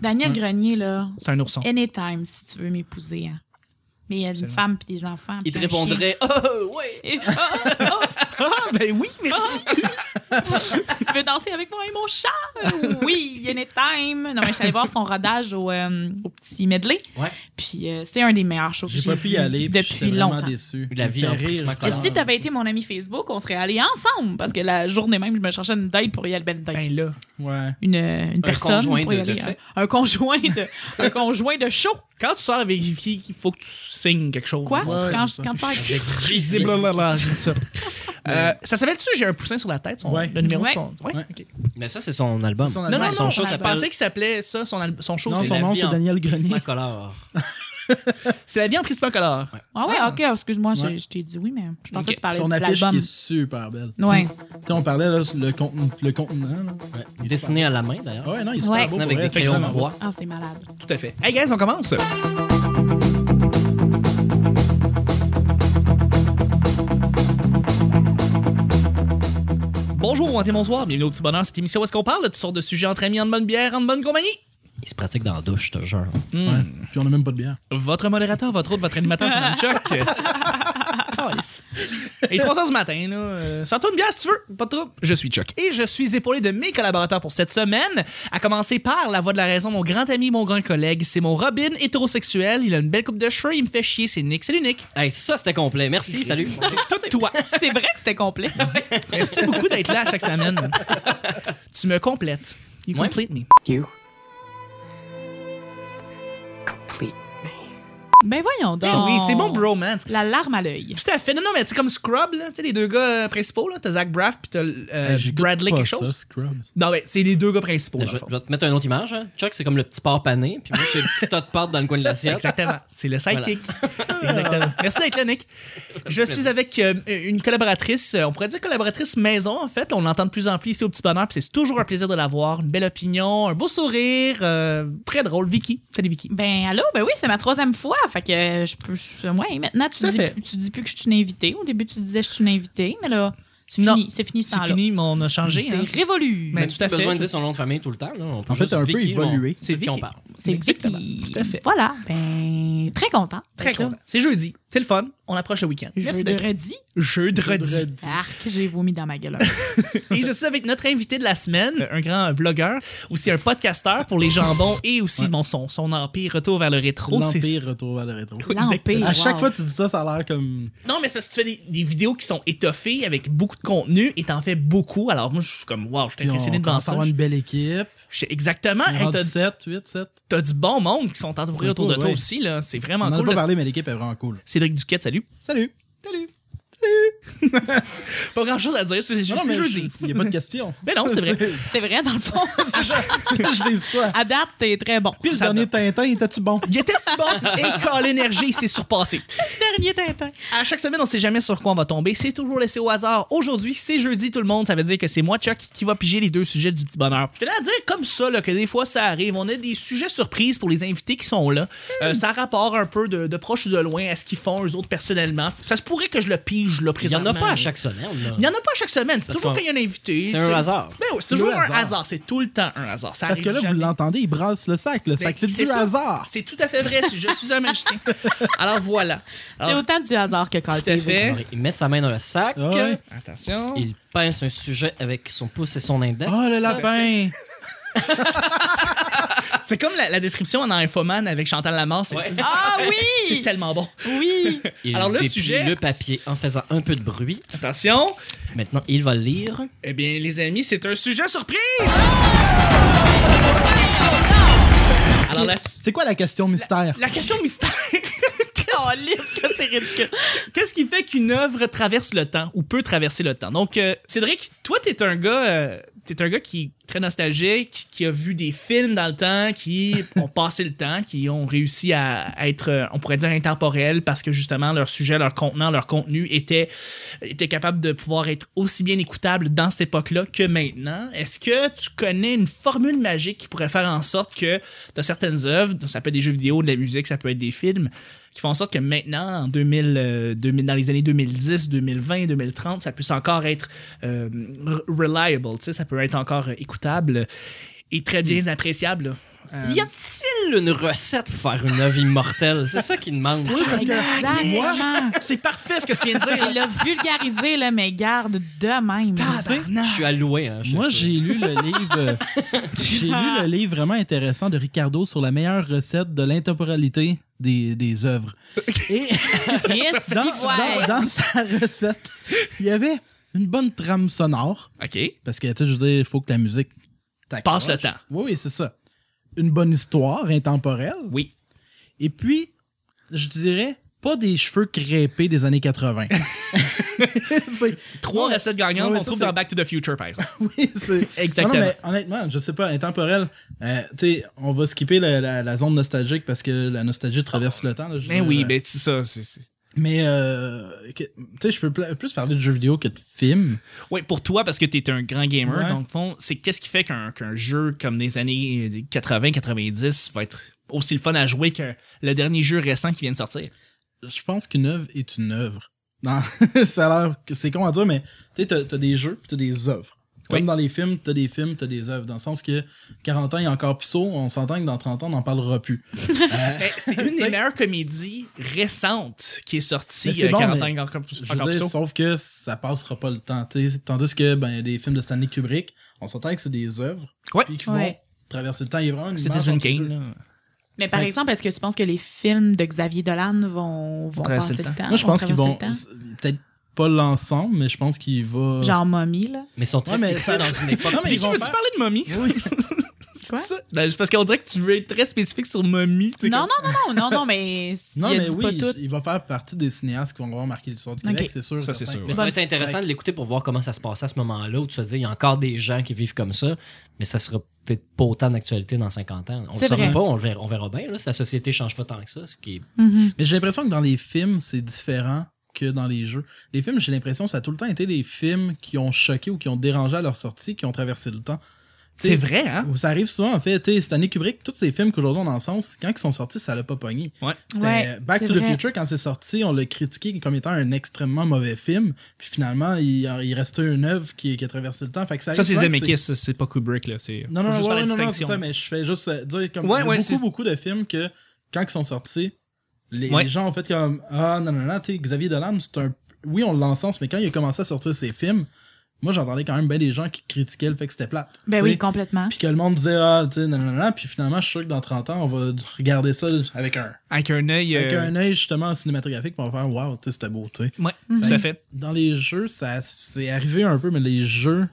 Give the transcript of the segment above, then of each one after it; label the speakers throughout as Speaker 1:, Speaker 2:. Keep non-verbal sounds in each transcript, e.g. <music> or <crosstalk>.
Speaker 1: Daniel Grenier, là,
Speaker 2: C'est un ourson.
Speaker 1: anytime si tu veux m'épouser. hein. Mais il y a une
Speaker 2: Absolument.
Speaker 1: femme puis des enfants.
Speaker 3: Il te
Speaker 1: puis un chien.
Speaker 3: répondrait
Speaker 1: <laughs>
Speaker 3: Oh, ouais!
Speaker 1: Et- Ah, ah,
Speaker 2: <laughs> Ah, ben oui, merci.
Speaker 1: ah, oh. <laughs> tu veux danser avec moi et mon chat? Euh, Oui, anytime. Non, mais je suis allée voir son rodage au, euh, au petit medley.
Speaker 3: Ouais.
Speaker 1: Puis euh, c'est un des meilleurs shows que j'ai
Speaker 4: J'ai pas pu y
Speaker 1: vu
Speaker 4: aller. puis j'étais
Speaker 1: depuis
Speaker 4: vraiment
Speaker 1: longtemps.
Speaker 4: déçu.
Speaker 3: La vie
Speaker 4: Il me
Speaker 3: en
Speaker 4: fait rire.
Speaker 3: prismacolore.
Speaker 1: Et si t'avais été mon ami Facebook, on serait allés ensemble parce que la journée même, je me cherchais une date pour y aller. Ben, une date.
Speaker 2: Ben là.
Speaker 4: Ouais.
Speaker 1: une, euh, une personne
Speaker 3: conjoint
Speaker 1: pour y
Speaker 3: de- de
Speaker 1: aller, hein.
Speaker 3: fait.
Speaker 1: Un, un conjoint de un conjoint de show
Speaker 2: Quand tu sors à vérifier qu'il faut que tu signes quelque chose.
Speaker 1: quoi
Speaker 4: Ouais,
Speaker 1: quand
Speaker 4: c'est ça.
Speaker 1: quand tu parles-
Speaker 2: J'ai dit blablabla, j'ai dit ça. <laughs> Euh, ça s'appelle-tu J'ai un poussin sur la tête, son,
Speaker 4: Ouais.
Speaker 2: le numéro
Speaker 1: Ouais.
Speaker 2: de son. Ouais,
Speaker 4: Ouais.
Speaker 2: ok.
Speaker 3: Mais ça, c'est son album.
Speaker 4: C'est son
Speaker 2: Non,
Speaker 4: album.
Speaker 2: non, non,
Speaker 3: Son show
Speaker 2: je
Speaker 3: s'appelle-
Speaker 2: pensais qu'il s'appelait ça, son, al- son show.
Speaker 4: Non,
Speaker 2: c'est
Speaker 4: son
Speaker 2: la-
Speaker 4: nom,
Speaker 3: vie
Speaker 4: c'est
Speaker 3: en
Speaker 4: Daniel Grenier.
Speaker 3: Prismacolor.
Speaker 2: C'est la vie en prismacolore.
Speaker 1: ah ouais ok excuse-moi je-
Speaker 4: Ouais.
Speaker 1: je t'ai dit oui mais je pensais
Speaker 3: Ok.
Speaker 1: que tu parlais
Speaker 4: Son
Speaker 1: de
Speaker 4: affiche qui Mm.
Speaker 1: l'album
Speaker 4: est super belle.
Speaker 1: ouais
Speaker 4: Tu sais, on parlait là, sur le, contenu, le contenant. Là.
Speaker 3: Ouais. Dessiné à la main, d'ailleurs.
Speaker 4: Ah ouais, non, il est super
Speaker 1: Ouais.
Speaker 4: beau.
Speaker 3: Dessiné
Speaker 4: pour
Speaker 3: avec
Speaker 4: vrai,
Speaker 3: des
Speaker 4: c'est
Speaker 3: crayons de
Speaker 4: excellent.
Speaker 3: bois.
Speaker 1: ah c'est malade
Speaker 2: Tout à fait. Hey guys, on commence. Bonjour, bon matin, bonsoir, bienvenue au petit bonheur. Cette émission où est-ce qu'on parle de toutes sortes de sujets entre amis, en bonne bière, en bonne compagnie.
Speaker 3: Il se pratique dans la douche, je te jure.
Speaker 2: Hmm.
Speaker 4: Ouais. Puis on a même pas de bière.
Speaker 2: Votre modérateur, votre autre, votre animateur, c'est Mme Chuck. <laughs> Calice. Et 3 heures du matin, là. euh, Sors-toi une bière si tu veux, pas de trouble. Je suis Chuck. Et je suis épaulé de mes collaborateurs pour cette semaine, à commencer par la voix de la raison, mon grand ami, mon grand collègue. C'est mon Robin, hétérosexuel. Il a une belle coupe de cheveux, il me fait chier. C'est Nick, c'est Nick.
Speaker 3: Hey, ça, c'était complet. Merci, salut.
Speaker 2: <laughs> C'est tout toi.
Speaker 1: c'est vrai que c'était <laughs> complet
Speaker 2: Merci beaucoup d'être là à chaque semaine. tu me complètes. You
Speaker 3: Ouais.
Speaker 2: complete me.
Speaker 5: You complete me.
Speaker 1: ben voyons donc
Speaker 2: Ben oui, c'est mon bromance.
Speaker 1: la larme à l'œil
Speaker 2: Tout à fait. Non, non, mais c'est comme Scrub, là. Tu sais, les deux gars euh, principaux, là. T'as Zach Braff puis t'as euh,
Speaker 4: Hey, j'écoute
Speaker 2: Bradley
Speaker 4: pas
Speaker 2: quelque
Speaker 4: ça,
Speaker 2: chose.
Speaker 4: Scrubs.
Speaker 2: Non, mais c'est les deux gars principaux.
Speaker 3: Je,
Speaker 2: dans le
Speaker 3: vais-
Speaker 2: fond.
Speaker 3: je vais te mettre une autre image. hein. Chuck, c'est comme le petit porc pané. Puis moi, j'ai le petit tas de pâtes dans le coin de l'assiette.
Speaker 2: Exactement. C'est le sidekick. Exactement. Merci d'être là, Nick. Je suis avec euh, une collaboratrice, euh, on pourrait dire collaboratrice maison, en fait. On l'entend de plus en plus ici au Petit Bonheur, puis c'est toujours un plaisir de la voir. Une belle opinion, un beau sourire, euh, très drôle. Vicky. Salut, Vicky.
Speaker 1: ben allô ben oui c'est ma troisième fois fait que euh, je peux je- ouais maintenant tu
Speaker 2: Tout à
Speaker 1: dis
Speaker 2: fait.
Speaker 1: plus- tu dis plus que je suis une invitée au début tu disais je suis une invitée mais là c'est
Speaker 2: Non.
Speaker 1: fini c'est fini ce
Speaker 2: C'est
Speaker 1: temps-là
Speaker 2: fini, mais on a changé. hein.
Speaker 1: c'est révolu
Speaker 2: Mais
Speaker 3: Même
Speaker 2: tout
Speaker 3: pas
Speaker 2: à fait.
Speaker 3: besoin de dire son nom de famille tout le temps. là. On peut
Speaker 4: En fait,
Speaker 3: juste
Speaker 4: t'as un peu
Speaker 3: Vicky, on-
Speaker 4: évolué.
Speaker 3: C'est
Speaker 2: C'est
Speaker 3: de qui on
Speaker 2: Vicky.
Speaker 3: parle.
Speaker 1: c'est
Speaker 2: Exactement.
Speaker 1: Vicky.
Speaker 2: Tout à fait.
Speaker 1: voilà ben très content
Speaker 2: Très
Speaker 1: d'être là.
Speaker 2: content. C'est jeudi. C'est le fun. On approche le week-end.
Speaker 1: Je
Speaker 2: Merci
Speaker 1: de
Speaker 2: d'être là.
Speaker 1: redis.
Speaker 2: Jeudi.
Speaker 1: Arc, j'ai vomi dans ma
Speaker 2: <laughs>
Speaker 1: gueule.
Speaker 2: Et je suis avec notre invité de la semaine, un grand vlogueur, aussi un podcasteur pour les jambons et aussi
Speaker 4: Ouais.
Speaker 2: bon, son, son empire retour vers le rétro. c'est-
Speaker 4: L'Empire retour vers le rétro.
Speaker 1: L'empire.
Speaker 4: À chaque
Speaker 1: wow.
Speaker 4: fois que tu dis ça, ça a l'air comme.
Speaker 2: Non, mais c'est parce que tu fais des, des vidéos qui sont étoffées avec beaucoup de contenu et t'en fais beaucoup. Alors moi, je suis comme, wow, je suis impressionné
Speaker 4: On
Speaker 2: devant
Speaker 4: commence à
Speaker 2: ça.
Speaker 4: avoir une belle équipe.
Speaker 2: Je- Exactement.
Speaker 4: On est
Speaker 2: Hey,
Speaker 4: rendu
Speaker 2: t'as-
Speaker 4: 7, 8, 7.
Speaker 2: T'as du bon monde qui sont entourés
Speaker 4: C'est
Speaker 2: autour de
Speaker 4: cool,
Speaker 2: toi
Speaker 4: ouais.
Speaker 2: aussi, là. C'est
Speaker 4: On
Speaker 2: vraiment
Speaker 4: en a
Speaker 2: cool.
Speaker 4: pas
Speaker 2: là.
Speaker 4: parlé, mais l'équipe est vraiment cool.
Speaker 2: Cédric Duquette, salut.
Speaker 4: Salut.
Speaker 2: Salut. Salut. pas grand chose à dire, c'est c'est
Speaker 4: Non, non, mais
Speaker 2: jeudi.
Speaker 4: je- Il n'y a pas
Speaker 2: <laughs>
Speaker 4: de question.
Speaker 2: Mais non, c'est vrai.
Speaker 1: C'est vrai, dans le fond.
Speaker 4: <laughs> je dis quoi?
Speaker 1: À date, t'es très bon.
Speaker 4: Puis le
Speaker 2: Ça
Speaker 4: dernier Tintin, était-tu bon?
Speaker 2: Il était si bon
Speaker 4: <laughs>
Speaker 2: et Colin Energy s'est surpassé.
Speaker 1: Dernier Tintin.
Speaker 2: À chaque semaine, on sait jamais sur quoi on va tomber. C'est toujours laissé au hasard. Aujourd'hui, c'est jeudi, tout le monde. Ça veut dire que c'est moi, Chuck, qui va piger les deux sujets du petit bonheur. Je tenais à dire comme ça là, que des fois, ça arrive. On a des sujets surprises pour les invités qui sont là.
Speaker 3: Hmm.
Speaker 2: Euh, ça rapporte un peu de, de proche ou de loin à ce qu'ils font, eux autres, personnellement. Ça se pourrait que je le pige, là,
Speaker 3: Il n'y en
Speaker 2: présentement.
Speaker 3: a pas à chaque semaine. là.
Speaker 2: Il y en a pas à chaque semaine. C'est
Speaker 3: Parce
Speaker 2: toujours
Speaker 3: qu'on-
Speaker 2: quand il y a un invité.
Speaker 3: C'est
Speaker 2: tu
Speaker 3: un
Speaker 2: sais.
Speaker 3: hasard.
Speaker 2: Ben oui, c'est
Speaker 4: C'est
Speaker 2: toujours
Speaker 4: le
Speaker 2: un
Speaker 4: hasard.
Speaker 2: hasard. C'est tout le temps un hasard. Ça
Speaker 4: Parce que
Speaker 2: arrive
Speaker 4: là, vous
Speaker 2: jamais.
Speaker 4: l'entendez, il brasse le sac. Le sac, c'est
Speaker 2: Ben,
Speaker 4: du
Speaker 2: ça.
Speaker 4: hasard.
Speaker 2: C'est tout à fait vrai. Je suis un
Speaker 3: <laughs>
Speaker 2: magicien. Alors voilà.
Speaker 1: C'est
Speaker 2: Alors,
Speaker 1: autant du hasard que quand
Speaker 2: tout à fait.
Speaker 3: Alors, il met sa main dans le sac.
Speaker 4: Ah ouais.
Speaker 2: Attention.
Speaker 3: Il pince un sujet avec son pouce et son index.
Speaker 4: Oh, le lapin!
Speaker 2: C'est comme la, la description en Infoman avec Chantal Lamarce.
Speaker 3: Ouais.
Speaker 2: C'est-
Speaker 1: Ah
Speaker 2: <laughs> C'est
Speaker 1: oui!
Speaker 2: tellement bon.
Speaker 1: Oui!
Speaker 3: Il
Speaker 2: Alors, le
Speaker 3: déplie
Speaker 2: sujet-
Speaker 3: le papier en faisant un peu de bruit.
Speaker 2: Attention.
Speaker 3: Maintenant, il va le lire.
Speaker 2: Eh bien, les amis, c'est un sujet surprise.
Speaker 1: Ah!
Speaker 2: Alors, la,
Speaker 4: C'est quoi la question mystère?
Speaker 2: la question
Speaker 1: <laughs>
Speaker 2: mystère.
Speaker 1: Oh, liste que c'est ridicule.
Speaker 2: Qu'est-ce qui fait qu'une œuvre traverse le temps ou peut traverser le temps? Donc, euh, Cédric, toi, t'es un gars, euh, t'es un gars qui est très nostalgique, qui a vu des films dans le temps, qui ont passé le temps, qui ont réussi à être, euh, on pourrait dire, intemporels parce que justement, leur sujet, leur contenant, leur contenu était, était capable de pouvoir être aussi bien écoutable dans cette époque-là que maintenant. Est-ce que tu connais une formule magique qui pourrait faire en sorte que t'as certaines œuvres, donc ça peut être des jeux vidéo, de la musique, ça peut être des films, qui font en sorte que maintenant, en 2000, euh, 2000 dans les années 2010, 2020, 2030, ça puisse encore être euh, re- reliable, tu sais, ça peut être encore euh, écoutable et très bien appréciable. là. Euh,
Speaker 3: Y a-t-il une recette pour faire une œuvre immortelle? C'est ça qu'il demande.
Speaker 1: Exactement.
Speaker 2: <laughs> C'est parfait ce que tu viens de dire.
Speaker 1: Il l'a vulgarisé, là, mais garde de même.
Speaker 2: Tabarnak.
Speaker 3: Je suis alloué. Hein, je sais
Speaker 4: Moi,
Speaker 3: pas.
Speaker 4: j'ai lu
Speaker 2: <laughs>
Speaker 4: le livre. j'ai lu le
Speaker 2: Ah.
Speaker 4: livre vraiment intéressant de Ricardo sur la meilleure recette de l'intemporalité des, des œuvres. Et
Speaker 1: Yes,
Speaker 4: dans,
Speaker 1: si, ouais.
Speaker 4: dans- dans sa recette, il y avait une bonne trame sonore.
Speaker 2: <laughs> OK.
Speaker 4: Parce que, tu sais, je veux dire, il faut que la musique t'accroche.
Speaker 2: Passe le temps.
Speaker 4: Oui, oui, c'est ça. Une bonne histoire intemporelle.
Speaker 2: Oui.
Speaker 4: Et puis, je dirais, pas des cheveux crépés des
Speaker 2: <laughs>
Speaker 4: années 80. C'est-
Speaker 2: Trois
Speaker 4: Ouais.
Speaker 2: recettes gagnantes qu'on
Speaker 4: Ouais, ça,
Speaker 2: trouve
Speaker 4: c'est-
Speaker 2: dans Back to the Future, par exemple.
Speaker 4: oui, c'est.
Speaker 2: Exactement.
Speaker 4: Non, non, mais honnêtement, je sais pas, intemporel, euh, tu sais, on va skipper la, la- la zone nostalgique parce que la nostalgie traverse le temps. là, je
Speaker 2: Mais
Speaker 4: veux
Speaker 2: Ben oui,
Speaker 4: dire,
Speaker 2: mais c'est ça. c'est- c'est-
Speaker 4: Mais, euh, que- tu sais, je peux pla- plus parler de jeux vidéo que de films.
Speaker 2: Ouais, pour toi, parce que tu es un grand gamer,
Speaker 4: Ouais.
Speaker 2: donc au fond, c'est qu'est-ce qui fait qu'un qu'un jeu comme des années 80-90 va être aussi le fun à jouer que le dernier jeu récent qui vient de sortir?
Speaker 4: je pense qu'une œuvre est une œuvre. Non, <laughs> ça a l'air que c'est con à dire, mais tu sais, t'as t'as des jeux puis t'as des œuvres. Comme
Speaker 2: Oui.
Speaker 4: dans les films, t'as des films, t'as des œuvres. Dans le sens que 40 ans, il y a encore plus on s'entend que dans 30 ans, on n'en parlera plus.
Speaker 2: Ben, c'est une <laughs> des meilleures comédies récentes qui est sortie
Speaker 4: Mais c'est
Speaker 2: euh,
Speaker 4: bon,
Speaker 2: 40 ans
Speaker 4: mais
Speaker 2: encore, encore plus
Speaker 4: Je veux dire,
Speaker 2: tôt.
Speaker 4: sauf que ça passera pas le temps. tu sais. Tandis que ben, des films de Stanley Kubrick, on s'entend que c'est des œuvres.
Speaker 2: Ouais.
Speaker 4: Puis qui vont
Speaker 1: Ouais.
Speaker 4: traverser le temps. Il y a vraiment une
Speaker 2: C'était
Speaker 4: image
Speaker 2: une
Speaker 4: entre les
Speaker 2: game,
Speaker 4: deux.
Speaker 2: là.
Speaker 1: Mais par
Speaker 4: Fait-
Speaker 1: exemple, est-ce que tu penses que les films de Xavier Dolan vont, vont
Speaker 2: Traverser
Speaker 1: passer
Speaker 2: le
Speaker 1: le temps?
Speaker 4: Moi, je
Speaker 1: vont
Speaker 4: pense qu'ils vont.
Speaker 1: traverser Ah, le temps?
Speaker 4: Peut-être pas l'ensemble, mais je pense qu'il va.
Speaker 1: Genre Mommy, là.
Speaker 3: Mais ils sont très
Speaker 4: Ouais, mais
Speaker 3: fixés
Speaker 4: ça-
Speaker 3: dans une époque.
Speaker 4: <laughs> Non, mais ils
Speaker 2: Vicky,
Speaker 4: vont
Speaker 2: veux-tu
Speaker 4: faire-
Speaker 2: parler de momie?
Speaker 4: Oui.
Speaker 2: <laughs> C'est
Speaker 1: Quoi?
Speaker 2: ça? Ben, c'est parce qu'on dirait que tu veux être très spécifique sur momie. tu sais,
Speaker 1: Non, non,
Speaker 2: comme-
Speaker 1: non, non, non, non, <laughs> mais il
Speaker 4: Non,
Speaker 1: a
Speaker 4: mais
Speaker 1: dit
Speaker 4: oui,
Speaker 1: pas tout.
Speaker 4: il va faire partie des cinéastes qui vont vraiment marquer l'histoire du
Speaker 1: Ok.
Speaker 4: Québec, c'est sûr.
Speaker 2: Ça, c'est
Speaker 4: certain.
Speaker 2: sûr,
Speaker 3: Mais ça va être intéressant de l'écouter pour voir comment ça se passait à ce moment-là, où tu te dis, il y a encore des gens qui vivent comme ça, mais ça sera peut-être pas autant d'actualité dans 50 ans. On le
Speaker 1: C'est
Speaker 3: saura
Speaker 1: vrai.
Speaker 3: pas, on le verra, on verra bien. Là, si la société change pas tant que ça, ce qui est...
Speaker 1: Mhm.
Speaker 4: Mais j'ai l'impression que dans les films, c'est différent que dans les jeux. Les films, j'ai l'impression que ça a tout le temps été des films qui ont choqué ou qui ont dérangé à leur sortie, qui ont traversé le temps.
Speaker 2: C'est vrai, hein?
Speaker 4: Ça arrive souvent, en fait, tu sais, Stanley Kubrick, tous ces films qu'aujourd'hui on en sens, quand ils sont sortis, ça l'a pas pogné.
Speaker 2: Ouais.
Speaker 4: C'était
Speaker 1: Ouais,
Speaker 4: Back
Speaker 1: c'est
Speaker 4: to the
Speaker 1: vrai.
Speaker 4: Future, quand c'est sorti, on l'a critiqué comme étant un extrêmement mauvais film. Puis finalement, il, il restait une œuvre qui, qui a traversé le temps. Fait que ça,
Speaker 2: Ça,
Speaker 4: arrive
Speaker 2: c'est
Speaker 4: Ben, souvent que
Speaker 2: Zemeckis, ça, c'est pas Kubrick, là. C'est...
Speaker 4: Non,
Speaker 2: Faut
Speaker 4: non,
Speaker 2: juste
Speaker 4: ouais,
Speaker 2: faire la
Speaker 4: ouais, non, non, c'est
Speaker 2: distinction.
Speaker 4: ça, mais je fais juste euh, dire comme
Speaker 2: Ouais,
Speaker 4: il y a
Speaker 2: ouais, c'est-
Speaker 4: beaucoup, beaucoup de films que quand ils sont sortis, les,
Speaker 2: Ouais.
Speaker 4: les gens ont fait comme Ah non, non, non, tu sais, Xavier Dolan, c'est un. Oui, on l'encense, mais quand il a commencé à sortir ses films, moi j'entendais quand même bien des gens qui critiquaient le fait que c'était plate.
Speaker 1: Ben
Speaker 4: tu
Speaker 1: oui,
Speaker 4: sais.
Speaker 1: complètement.
Speaker 4: Puis que le monde disait Ah, tu sais, non, non, non, non, puis finalement, je suis sûr que dans 30 ans, on va regarder ça avec un,
Speaker 2: Avec un œil.
Speaker 4: avec
Speaker 2: euh,
Speaker 4: un œil justement cinématographique, pour on va faire Waouh, tu sais, c'était beau, tu sais
Speaker 2: Ouais, tout à fait.
Speaker 4: dans les jeux, ça c'est arrivé un peu, mais les jeux,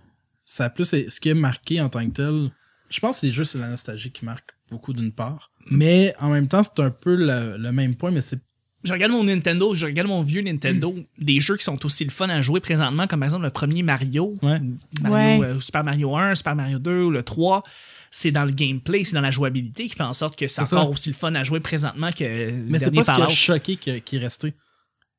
Speaker 4: ça a plus ce qui est marqué en tant que tel. Je pense que les jeux, c'est la nostalgie qui marque beaucoup d'une part. Mais en même temps, c'est un peu le, le même point, mais c'est.
Speaker 2: Je regarde mon Nintendo, je regarde mon vieux Nintendo,
Speaker 4: Mm.
Speaker 2: des jeux qui sont aussi le fun à jouer présentement, comme par exemple le premier Mario,
Speaker 4: Ouais.
Speaker 2: Mario,
Speaker 1: Ouais.
Speaker 2: euh, Super Mario 1, Super Mario 2, ou le 3. C'est dans le gameplay, c'est dans la jouabilité qui fait en sorte que c'est
Speaker 4: C'est ça.
Speaker 2: encore aussi le fun à jouer présentement que le
Speaker 4: Mais c'est
Speaker 2: dernier
Speaker 4: pas ce qui a
Speaker 2: Fallout.
Speaker 4: choqué que- qui est resté.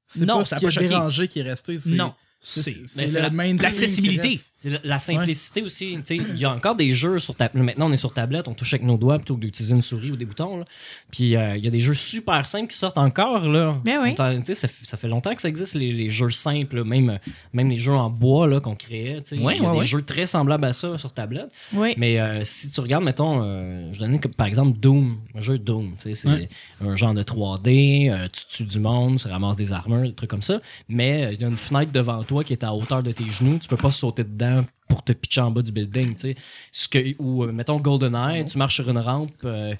Speaker 4: C'est
Speaker 2: Non,
Speaker 4: pas
Speaker 2: ça a
Speaker 4: ce qui
Speaker 2: pas
Speaker 4: a
Speaker 2: choqué.
Speaker 4: dérangé qui est resté. c'est-
Speaker 2: Non,
Speaker 4: c'est-
Speaker 2: c'est.
Speaker 3: mais
Speaker 4: C'est
Speaker 3: c'est la-
Speaker 4: le mainstream qui
Speaker 2: l'accessibilité.
Speaker 4: reste.
Speaker 3: C'est la- La simplicité aussi. tu sais, Il y a encore des jeux sur tablette. Maintenant, on est sur tablette, on touche avec nos doigts plutôt que d'utiliser une souris ou des boutons. là. Puis euh, il y a des jeux super simples qui sortent encore. Là.
Speaker 1: Ben oui.
Speaker 3: On t'en- tu sais, ça, fait- ça fait longtemps que ça existe, les, les jeux simples, là. même, même les jeux en bois là, qu'on créait. tu sais.
Speaker 2: Ouais,
Speaker 3: il y a
Speaker 2: ouais,
Speaker 3: des
Speaker 2: ouais.
Speaker 3: jeux très semblables à ça sur tablette.
Speaker 1: Oui.
Speaker 3: Mais euh, si tu regardes, mettons, euh, je donne comme, par exemple Doom, un jeu Doom, tu sais, c'est
Speaker 4: Ouais.
Speaker 3: un genre de 3D, euh, tu tues du monde, tu ramasses des armures, des trucs comme ça, mais euh, il y a une fenêtre devant toi qui est à hauteur de tes genoux, tu peux pas sauter dedans pour te pitcher en bas du building, tu sais. Ce que- Ou, euh, mettons, GoldenEye, tu marches sur une rampe... euh,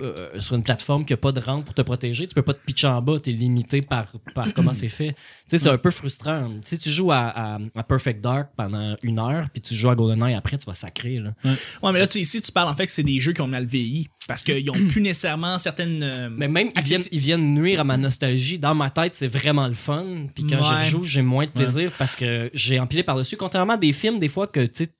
Speaker 3: euh, sur une plateforme qui n'a pas de rampe pour te protéger, tu peux pas te pitcher en bas, tu es limité par, par comment c'est fait. Tu sais, c'est un peu frustrant. Si tu joues à, à- à Perfect Dark pendant une heure, puis tu joues à GoldenEye après, tu vas sacrer. Là.
Speaker 2: Ouais, mais là, tu, ici, tu parles en fait que c'est des jeux qui ont mal vieilli parce qu'ils
Speaker 4: <clears throat>
Speaker 2: ont plus nécessairement certaines. euh,
Speaker 3: Mais même ils viennent,
Speaker 2: accessi-
Speaker 3: ils viennent nuire à ma nostalgie. Dans ma tête, c'est vraiment le fun. Puis quand
Speaker 2: Ouais.
Speaker 3: je joue, j'ai moins de plaisir parce que j'ai empilé par-dessus. Contrairement à des films, des fois que tu sais,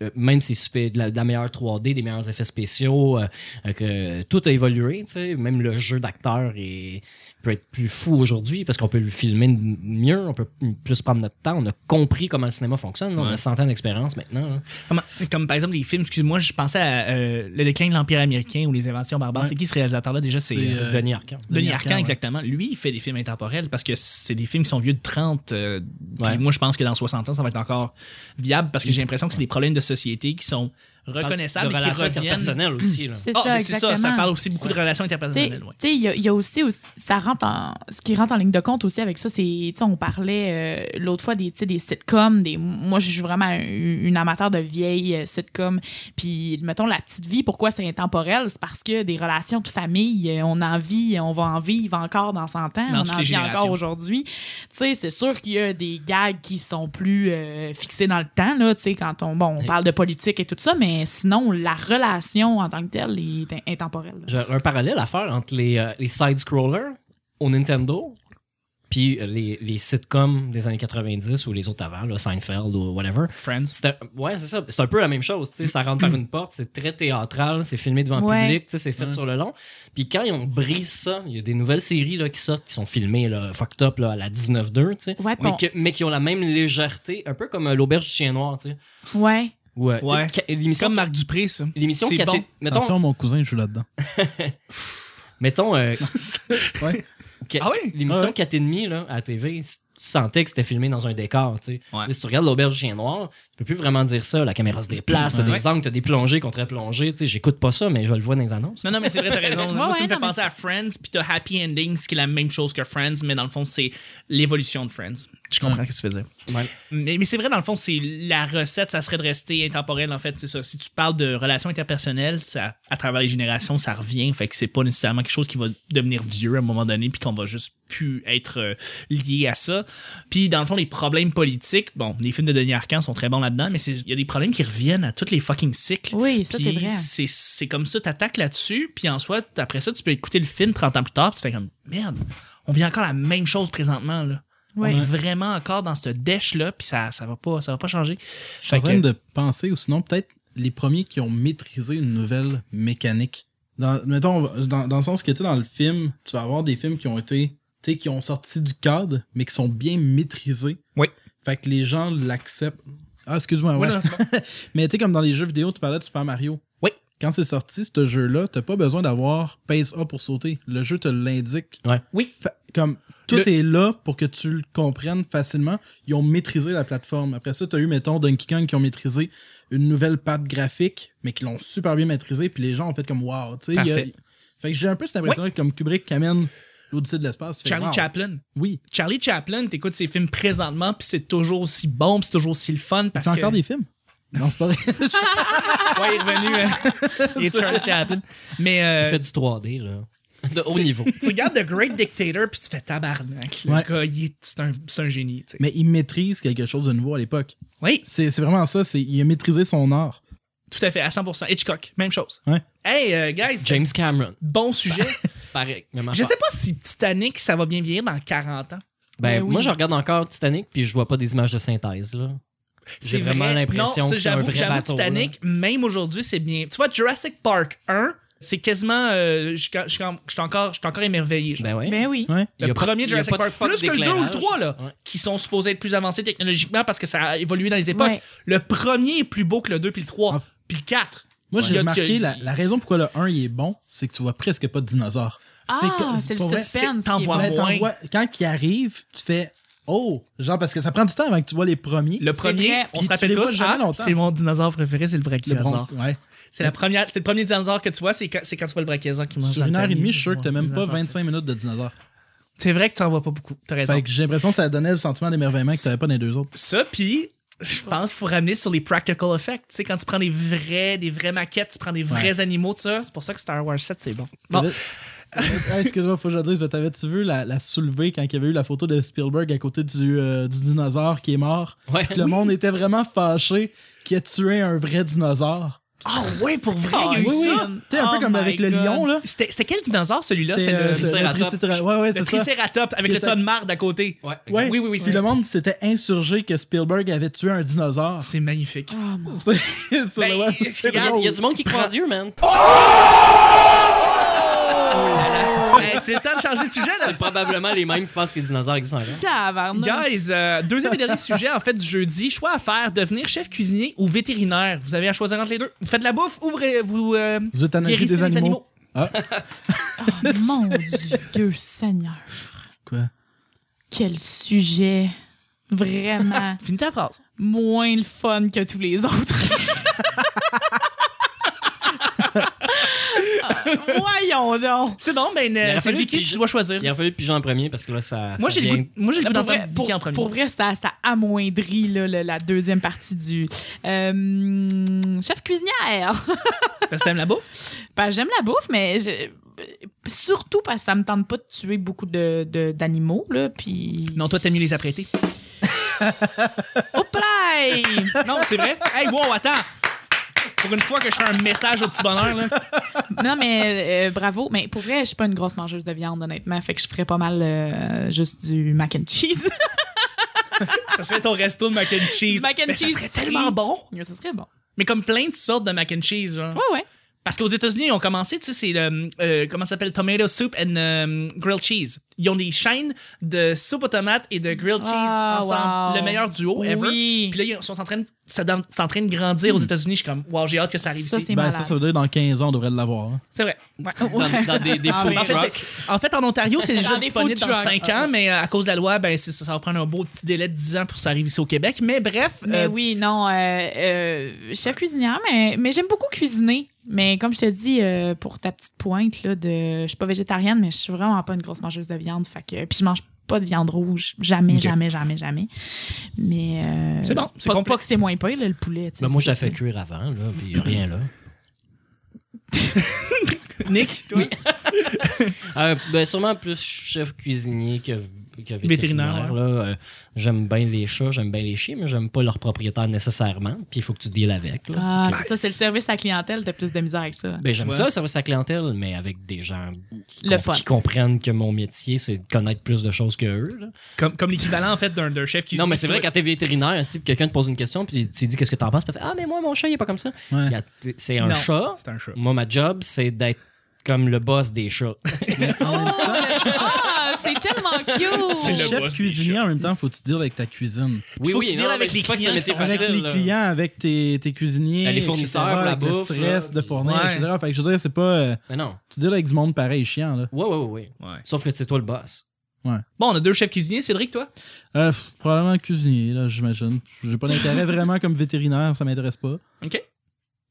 Speaker 3: euh, même si tu fais de la, de la meilleure 3D, des meilleurs effets spéciaux, euh, euh, que tout a évolué, tu sais, même le jeu d'acteur est- peut être plus fou aujourd'hui parce qu'on peut le filmer m- mieux, on peut p- plus prendre notre temps, on a compris comment le cinéma fonctionne, on a 100 ans d'expérience maintenant. hein.
Speaker 2: Comment- comme par exemple les films, excuse-moi, je pensais à euh, Le déclin de l'Empire américain ou Les Inventions barbares.
Speaker 4: Ouais.
Speaker 2: C'est qui ce réalisateur-là déjà C'est
Speaker 4: C'est,
Speaker 2: euh,
Speaker 4: Euh,
Speaker 3: Denis Arcand.
Speaker 2: Denis
Speaker 4: Denis
Speaker 2: Arcand,
Speaker 4: Arcand, ouais.
Speaker 2: exactement. Lui, il fait des films intemporels parce que c'est des films qui sont vieux de 30. euh, puis
Speaker 3: Ouais.
Speaker 2: moi, je pense que dans 60 ans, ça va être encore viable parce que j'ai l'impression que c'est des problèmes de société qui sont reconnaissables
Speaker 3: de
Speaker 2: et qui
Speaker 3: relations
Speaker 2: reviennent.
Speaker 3: interpersonnelles aussi. Là.
Speaker 1: C'est
Speaker 2: Ah,
Speaker 1: ça,
Speaker 2: mais c'est ça, ça
Speaker 1: exactement.
Speaker 2: parle aussi beaucoup de relations
Speaker 1: Tu sais,
Speaker 2: interpersonnelles. ouais.
Speaker 1: tu sais, il y, a- il y a aussi, aussi- ça rentre en, ce qui rentre en ligne de compte aussi avec ça, c'est, tu sais, on parlait euh, l'autre fois des, tu sais, des sitcoms, des, moi, je suis vraiment un- une amateur de vieilles euh, sitcoms, puis, mettons, La Petite Vie, pourquoi c'est intemporel? C'est parce que des relations de famille, euh, on en vit, on va en vivre encore dans 100 ans,
Speaker 2: Dans
Speaker 1: on
Speaker 2: toutes
Speaker 1: en
Speaker 2: les
Speaker 1: vit encore
Speaker 2: générations.
Speaker 1: aujourd'hui. Tu sais, c'est sûr qu'il y a des gags qui sont plus euh, fixés dans le temps, là, tu sais, quand on, bon, on
Speaker 3: Oui.
Speaker 1: parle de politique et tout ça, mais sinon, la relation en tant que telle est in- intemporelle. là.
Speaker 3: J'ai un parallèle à faire entre les, euh, les side-scrollers au Nintendo puis euh, les, les sitcoms des années 90 ou les autres avant, là, Seinfeld ou whatever.
Speaker 2: Friends.
Speaker 3: C'est un- ouais, c'est ça. C'est un peu la même chose. tu sais, Ça rentre par une porte, c'est très théâtral, c'est filmé devant
Speaker 1: Ouais.
Speaker 3: le public, tu sais, c'est fait sur le long. Puis quand ils ont brise ça, il y a des nouvelles séries là, qui sortent, qui sont filmées là, fucked up là, à la 19-2, tu sais,
Speaker 1: Ouais,
Speaker 3: mais,
Speaker 1: bon.
Speaker 3: que- mais qui ont la même légèreté, un peu comme euh, l'auberge du chien noir. tu sais.
Speaker 1: Ouais.
Speaker 3: Ou, euh, tu sais,
Speaker 2: Ouais.
Speaker 3: ca-
Speaker 2: C'est
Speaker 3: L'émission
Speaker 2: comme Marc Dupré, ça.
Speaker 3: l'émission
Speaker 2: C'est
Speaker 3: qui a
Speaker 2: bon.
Speaker 3: été- mettons,
Speaker 4: Attention, mon cousin joue là-dedans.
Speaker 3: mettons
Speaker 2: <laughs>
Speaker 3: euh,
Speaker 4: Ouais.
Speaker 3: que-
Speaker 2: Ah oui?
Speaker 3: l'émission
Speaker 4: Ah ouais.
Speaker 3: 4,5 là, à TV, c- tu sentais que c'était filmé dans un décor. Tu sais.
Speaker 2: Ouais.
Speaker 3: Là, Si tu regardes l'auberge du chien noir, tu peux plus vraiment dire ça. La caméra se déplace, t'as
Speaker 2: Ouais.
Speaker 3: des angles, t'as des plongées, contre-plongées. tu sais, J'écoute pas ça, mais je le vois dans les annonces.
Speaker 2: Non, non, mais c'est vrai, t'as raison.
Speaker 3: <laughs>
Speaker 1: Ouais,
Speaker 2: Moi,
Speaker 1: ouais,
Speaker 2: ça me
Speaker 1: non,
Speaker 2: fait penser à Friends, puis t'as Happy Endings, qui est la même chose que Friends, mais dans le fond, c'est l'évolution de Friends. Je comprends ce que tu faisais.
Speaker 3: Ouais.
Speaker 2: Mais, mais c'est vrai, dans le fond, c'est la recette, ça serait de rester intemporel, en fait, c'est ça. Si tu parles de relations interpersonnelles, ça, à travers les générations, ça revient, fait que c'est pas nécessairement quelque chose qui va devenir vieux à un moment donné, puis qu'on va juste plus être euh, lié à ça. Puis, dans le fond, les problèmes politiques, bon, les films de Denis Arcand sont très bons là-dedans, mais c'est- il y a des problèmes qui reviennent à tous les fucking cycles.
Speaker 1: Oui, ça, c'est
Speaker 2: Puis
Speaker 1: vrai.
Speaker 2: c'est- C'est comme ça, t'attaques là-dessus, puis en soi, t- après ça, tu peux écouter le film 30 ans plus tard, puis tu fais comme merde, on vit encore la même chose présentement là.
Speaker 1: Ouais.
Speaker 2: On est vraiment encore dans ce dèche là, puis ça ça va pas ça va pas changer.
Speaker 4: Je suis en
Speaker 2: Fait
Speaker 4: train
Speaker 2: que-
Speaker 4: de penser, ou sinon, peut-être les premiers qui ont maîtrisé une nouvelle mécanique. Dans, mettons, dans, dans le sens que tu sais, dans le film, tu vas avoir des films qui ont été, tu sais, qui ont sorti du cadre, mais qui sont bien maîtrisés.
Speaker 2: Oui.
Speaker 4: Fait que les gens l'acceptent. Ah, excuse-moi, ouais.
Speaker 2: Ouais, non, c'est bon.
Speaker 4: <laughs> Mais tu sais, comme dans les jeux vidéo, tu parlais de Super Mario.
Speaker 2: Oui.
Speaker 4: Quand c'est sorti, ce jeu-là, t'as pas besoin d'avoir pèse A pour sauter. Le jeu te l'indique.
Speaker 2: oui,
Speaker 4: Fa- Comme tout
Speaker 2: Le-
Speaker 4: est là pour que tu le comprennes facilement. Ils ont maîtrisé la plateforme. Après ça, t'as eu, mettons, Donkey Kong qui ont maîtrisé une nouvelle patte graphique, mais qui l'ont super bien maîtrisé. Puis les gens ont fait comme wow. tu sais, il y a-
Speaker 2: Parfait.
Speaker 4: Fait que j'ai un peu cette impression-là, comme Kubrick qui amène l'Odyssée de l'espace. tu fais,
Speaker 2: Charlie
Speaker 4: wow.
Speaker 2: Chaplin.
Speaker 4: Oui.
Speaker 2: Charlie Chaplin, t'écoutes ses films présentement, puis c'est toujours aussi bon, puis c'est toujours aussi le fun parce
Speaker 4: C'est
Speaker 2: que
Speaker 4: encore des films? Non, c'est pas
Speaker 2: <laughs>
Speaker 4: vrai.
Speaker 2: ouais, il est revenu
Speaker 4: <laughs>
Speaker 2: euh, et Charlie Chaplin. Mais euh,
Speaker 3: Il fait du 3D, là. De haut
Speaker 2: c'est-
Speaker 3: niveau.
Speaker 2: tu regardes The Great Dictator, puis tu fais tabarnak. Le
Speaker 4: Ouais.
Speaker 2: gars, il est- c'est un, c'est un génie. tu sais.
Speaker 4: mais ils maîtrisent quelque chose de nouveau à l'époque.
Speaker 2: Oui,
Speaker 4: C'est c'est vraiment ça, c'est il a maîtrisé son art.
Speaker 2: tout à fait, à 100%. Hitchcock, même chose.
Speaker 4: Ouais.
Speaker 2: Hey, euh, guys,
Speaker 3: <laughs> James Cameron,
Speaker 2: bon
Speaker 4: <laughs>
Speaker 2: sujet.
Speaker 3: pareil. même
Speaker 2: Je
Speaker 3: affaire.
Speaker 2: sais pas si Titanic, ça va bien vieillir dans 40 ans.
Speaker 3: Ben,
Speaker 1: Ben oui.
Speaker 3: Moi, je regarde encore Titanic, puis je vois pas des images de synthèse, là. J'ai
Speaker 2: C'est
Speaker 3: vraiment
Speaker 2: vrai.
Speaker 3: l'impression
Speaker 2: Non, ça,
Speaker 3: que c'est un
Speaker 2: j'avoue
Speaker 3: vrai
Speaker 2: j'avoue,
Speaker 3: bateau,
Speaker 2: Titanic, même aujourd'hui, c'est bien. Tu vois, Jurassic Park 1, c'est quasiment. euh, je suis quand- je suis quand- je suis encore, je suis encore émerveillé. genre.
Speaker 3: Ben ouais.
Speaker 1: Ben oui.
Speaker 4: Ouais.
Speaker 3: Il y
Speaker 2: le
Speaker 3: a pas-
Speaker 2: premier
Speaker 3: il y a
Speaker 2: Jurassic
Speaker 3: pas de
Speaker 2: Park,
Speaker 3: fuck
Speaker 2: plus que le 2 ou le
Speaker 3: d'éclairage.
Speaker 2: 3, là,
Speaker 3: Ouais.
Speaker 2: qui sont supposés être plus avancés technologiquement parce que ça a évolué dans les époques.
Speaker 1: Ouais.
Speaker 2: Le premier est plus beau que le 2 puis le 3,
Speaker 4: Ah.
Speaker 2: puis le 4.
Speaker 4: Moi,
Speaker 2: Il y
Speaker 4: j'ai
Speaker 2: a- il y
Speaker 4: remarqué
Speaker 2: a-
Speaker 4: la, la raison pourquoi le 1 il est bon, c'est que tu vois presque pas de dinosaures.
Speaker 1: Ah,
Speaker 4: que-
Speaker 1: c'est le
Speaker 4: pour vrai,
Speaker 2: c'est-
Speaker 1: suspense. qui est
Speaker 2: t'en vois
Speaker 1: bon.
Speaker 4: ben, t'en
Speaker 2: moins.
Speaker 4: vois- quand il arrive, tu fais Oh, genre parce que ça prend du temps avant que tu vois les premiers.
Speaker 2: Le premier,
Speaker 1: vrai.
Speaker 2: on
Speaker 4: Puis
Speaker 2: se
Speaker 4: tu
Speaker 2: rappelle
Speaker 4: les vois
Speaker 2: tous,
Speaker 4: jamais
Speaker 2: ah,
Speaker 4: longtemps.
Speaker 2: c'est mon dinosaure préféré, c'est le brachiosaure.
Speaker 4: bron- ouais.
Speaker 2: C'est la première, c'est le premier dinosaure que tu vois, c'est quand, c'est quand tu vois le brachiosaure qui mange
Speaker 4: Sur
Speaker 2: dans le
Speaker 4: une heure et
Speaker 2: tamis.
Speaker 4: demie, je suis sûr que t'as même pas
Speaker 2: Dinosaure.
Speaker 4: 25 minutes de dinosaures.
Speaker 2: C'est vrai que t'en vois pas beaucoup. T'as raison.
Speaker 4: Fait que j'ai l'impression que ça donnait le sentiment d'émerveillement que t'avais pas dans les deux autres.
Speaker 2: Ça, puis je pense qu'il faut ramener sur les practical effects. Tu sais, quand tu prends des vrais, des vraies maquettes, tu prends des vrais animaux, tout ça. C'est pour ça que Star Wars 7, c'est bon. Bon,
Speaker 4: T'avais- Ah, Excuse-moi, faut que je le dise, mais t'avais-tu vu la, la soulever quand il y avait eu la photo de Spielberg à côté du, euh, du dinosaure qui est mort?
Speaker 3: Ouais.
Speaker 4: Puis Le monde était vraiment fâché qu'il ait tué un vrai dinosaure.
Speaker 2: ah ouais, pour vrai, il y a eu
Speaker 4: oui,
Speaker 2: ça.
Speaker 4: oui. Tu sais, un
Speaker 1: Oh
Speaker 4: peu comme
Speaker 1: my
Speaker 4: avec le
Speaker 1: God.
Speaker 4: lion, là.
Speaker 2: C'était c'était quel dinosaure celui-là
Speaker 4: C'était,
Speaker 2: C'était le,
Speaker 4: euh, le tricérat- ouais, ouais,
Speaker 2: Le
Speaker 4: c'est ça.
Speaker 2: tricératops avec
Speaker 4: Qui
Speaker 2: le
Speaker 4: était-
Speaker 2: tas de marde à côté.
Speaker 3: Ouais, exact.
Speaker 4: Ouais.
Speaker 2: Oui, oui, oui,
Speaker 4: Puis
Speaker 2: c'est-
Speaker 4: le monde s'était insurgé que Spielberg avait tué un dinosaure.
Speaker 2: C'est magnifique.
Speaker 1: Ah, mon-
Speaker 4: C'est- <laughs> sur le
Speaker 2: Ben, regarde,
Speaker 4: web, c'est
Speaker 3: Il y a-
Speaker 4: drôle.
Speaker 3: il y a du monde qui croit en Dieu, man.
Speaker 2: Hey, c'est le temps de changer de sujet, là.
Speaker 3: C'est probablement les mêmes qui pensent que les dinosaures existent encore.
Speaker 1: Tabarnak.
Speaker 2: Guys, euh, deuxième et dernier
Speaker 4: <laughs>
Speaker 2: sujet en fait du jeudi, choix à faire, devenir chef cuisinier ou vétérinaire. Vous avez à choisir entre les deux. Vous faites de la bouffe, ouvrez, vous euh,
Speaker 4: Vous euthanasiez
Speaker 2: guérissez
Speaker 4: des
Speaker 2: les
Speaker 4: animaux.
Speaker 2: animaux.
Speaker 1: <laughs> Mon Dieu Seigneur.
Speaker 4: Quoi?
Speaker 1: Quel sujet vraiment
Speaker 2: Finis ta phrase.
Speaker 1: moins le fun que tous les autres. Ah, Voyons donc!
Speaker 2: C'est bon, ben,
Speaker 3: Il
Speaker 2: euh,
Speaker 3: aurait
Speaker 2: c'est
Speaker 3: fallu
Speaker 2: Vicky,
Speaker 3: piger-
Speaker 2: tu dois choisir.
Speaker 3: Il a fallu pigeon en premier parce que là, ça.
Speaker 2: Moi, j'ai
Speaker 3: ça
Speaker 2: le
Speaker 3: vient-
Speaker 2: goût- moi, j'ai le goût
Speaker 1: Pour
Speaker 2: d'entendre
Speaker 1: vrai, pour,
Speaker 2: Vicky en premier.
Speaker 1: pour vrai, ça, ça amoindrit là, le- la deuxième partie du euh, chef cuisinière.
Speaker 2: Parce que t'aimes la bouffe?
Speaker 1: Ben, j'aime la bouffe, mais je- surtout parce que ça me tente pas de tuer beaucoup de- de- d'animaux. De, puis...
Speaker 2: Non, toi, t'aimes mieux les apprêter.
Speaker 1: Hop là! <laughs>
Speaker 2: Non, c'est vrai? Hey, wow, attends! Pour une fois que je fais un message au petit bonheur, là.
Speaker 1: non, mais euh, bravo. Mais pour vrai, je suis pas une grosse mangeuse de viande, honnêtement. Fait que je ferais pas mal euh, juste du mac and cheese. <laughs>
Speaker 2: Ça serait ton resto de mac and cheese.
Speaker 1: Du mac and
Speaker 2: Mais
Speaker 1: cheese
Speaker 2: Ça serait
Speaker 1: frit.
Speaker 2: tellement bon.
Speaker 1: ça serait bon.
Speaker 2: Mais comme plein de sortes de mac and cheese, genre.
Speaker 1: Ouais, ouais.
Speaker 2: Parce qu'aux États-Unis, ils ont commencé, tu sais, c'est le. euh, comment ça s'appelle? Tomato soup and euh, grilled cheese. Ils ont des chaînes de soupe aux tomates et de grilled cheese
Speaker 1: Ah,
Speaker 2: ensemble.
Speaker 1: wow.
Speaker 2: Le meilleur duo ever.
Speaker 1: Oui.
Speaker 2: Puis là, ils sont en train de, ça dan- c'est en train de grandir aux États-Unis. Je suis comme, wow, j'ai hâte que Hmm. ça arrive
Speaker 1: Ça,
Speaker 2: ici.
Speaker 1: c'est
Speaker 4: Ben,
Speaker 1: malade.
Speaker 4: ça, ça veut dire dans 15 ans, on devrait l'avoir. hein.
Speaker 2: C'est vrai. Ouais.
Speaker 3: Dans, dans
Speaker 2: <laughs>
Speaker 3: des, des
Speaker 1: Ah
Speaker 3: food
Speaker 1: oui.
Speaker 2: En fait,
Speaker 3: trucks.
Speaker 2: c'est- en fait, en Ontario, c'est déjà
Speaker 1: Dans des
Speaker 2: disponible
Speaker 1: food
Speaker 2: dans
Speaker 1: trucks.
Speaker 2: 5 ans, mais euh, à cause de la loi, ben, c'est- ça, ça va prendre un beau petit délai de 10 ans pour que ça arrive ici au Québec. Mais bref,
Speaker 1: Mais
Speaker 2: euh,
Speaker 1: oui, non, euh, euh, chef cuisinière, mais, mais j'aime beaucoup cuisiner. Mais comme je te dis, euh, pour ta petite pointe, là, de, je suis pas végétarienne, mais je suis vraiment pas une grosse mangeuse de viande. Fait que, puis je mange pas de viande rouge. Jamais,
Speaker 2: Ok.
Speaker 1: jamais, jamais, jamais. Mais. euh,
Speaker 2: C'est bon, c'est
Speaker 1: pas,
Speaker 2: complet.
Speaker 1: pas que c'est moins pire, là, le poulet. tu sais,
Speaker 3: Ben, moi,
Speaker 1: c'est-
Speaker 3: je la fais cuire avant, là, puis rien là.
Speaker 2: Nick, toi,
Speaker 3: Euh, ben, sûrement plus chef cuisinier que, que vétérinaire.
Speaker 2: Vétérinaire,
Speaker 3: là. Euh, j'aime bien les chats, j'aime bien les chiens, mais j'aime pas leur propriétaire nécessairement. Puis il faut que tu deals avec. là.
Speaker 1: Ah, c'est ça, c'est le service à la clientèle, t'as plus de misère avec ça.
Speaker 3: Ben, j'aime
Speaker 2: vois.
Speaker 3: ça, ça va sa clientèle, mais avec des gens qui,
Speaker 1: Le
Speaker 3: com-
Speaker 1: fun.
Speaker 3: qui comprennent que mon métier, c'est de connaître plus de choses que eux. là.
Speaker 2: comme, comme l'équivalent en fait d'un d'un chef qui.
Speaker 3: Non, mais c'est vrai, quand t'es vétérinaire, si quelqu'un te pose une question, puis tu dis qu'est-ce que t'en penses, puis t'as fait, Ah, mais moi, mon chat, il est pas comme ça.
Speaker 4: Ouais.
Speaker 3: Il y a- C'est un
Speaker 2: Non,
Speaker 3: chat.
Speaker 2: C'est un chat.
Speaker 3: Moi, ma job, c'est d'être comme le boss des
Speaker 2: <laughs>
Speaker 3: chats.
Speaker 1: Oh, ah, c'est tellement
Speaker 2: C'est le
Speaker 1: cute!
Speaker 2: boss
Speaker 4: Chef
Speaker 2: des
Speaker 4: cuisinier, en même temps, faut-tu dire avec ta cuisine.
Speaker 2: Faut que tu deals
Speaker 3: non,
Speaker 2: avec
Speaker 3: mais
Speaker 2: les
Speaker 3: je dis pas que
Speaker 2: clients
Speaker 3: c'est un métier
Speaker 2: qui sont
Speaker 4: Avec
Speaker 3: facile,
Speaker 4: les
Speaker 3: là.
Speaker 4: clients, avec tes, tes cuisiniers,
Speaker 3: Ben, les fournisseurs,
Speaker 4: etc.,
Speaker 3: la
Speaker 4: avec
Speaker 3: bouffe,
Speaker 4: le stress
Speaker 3: là,
Speaker 4: de
Speaker 3: puis-
Speaker 4: fournir,
Speaker 2: Ouais.
Speaker 4: etc. Fait que je veux dire, c'est pas. euh,
Speaker 3: Mais non.
Speaker 4: tu deals avec du monde pareil, chiant, là.
Speaker 3: Ouais, ouais, ouais, ouais.
Speaker 2: Ouais.
Speaker 3: Sauf que c'est toi le boss.
Speaker 2: Bon, on a deux chefs cuisiniers. Cédric, toi?
Speaker 4: Euh, pff, probablement cuisinier, là, j'imagine. J'ai pas d'intérêt vraiment comme vétérinaire, ça m'intéresse pas.
Speaker 2: OK.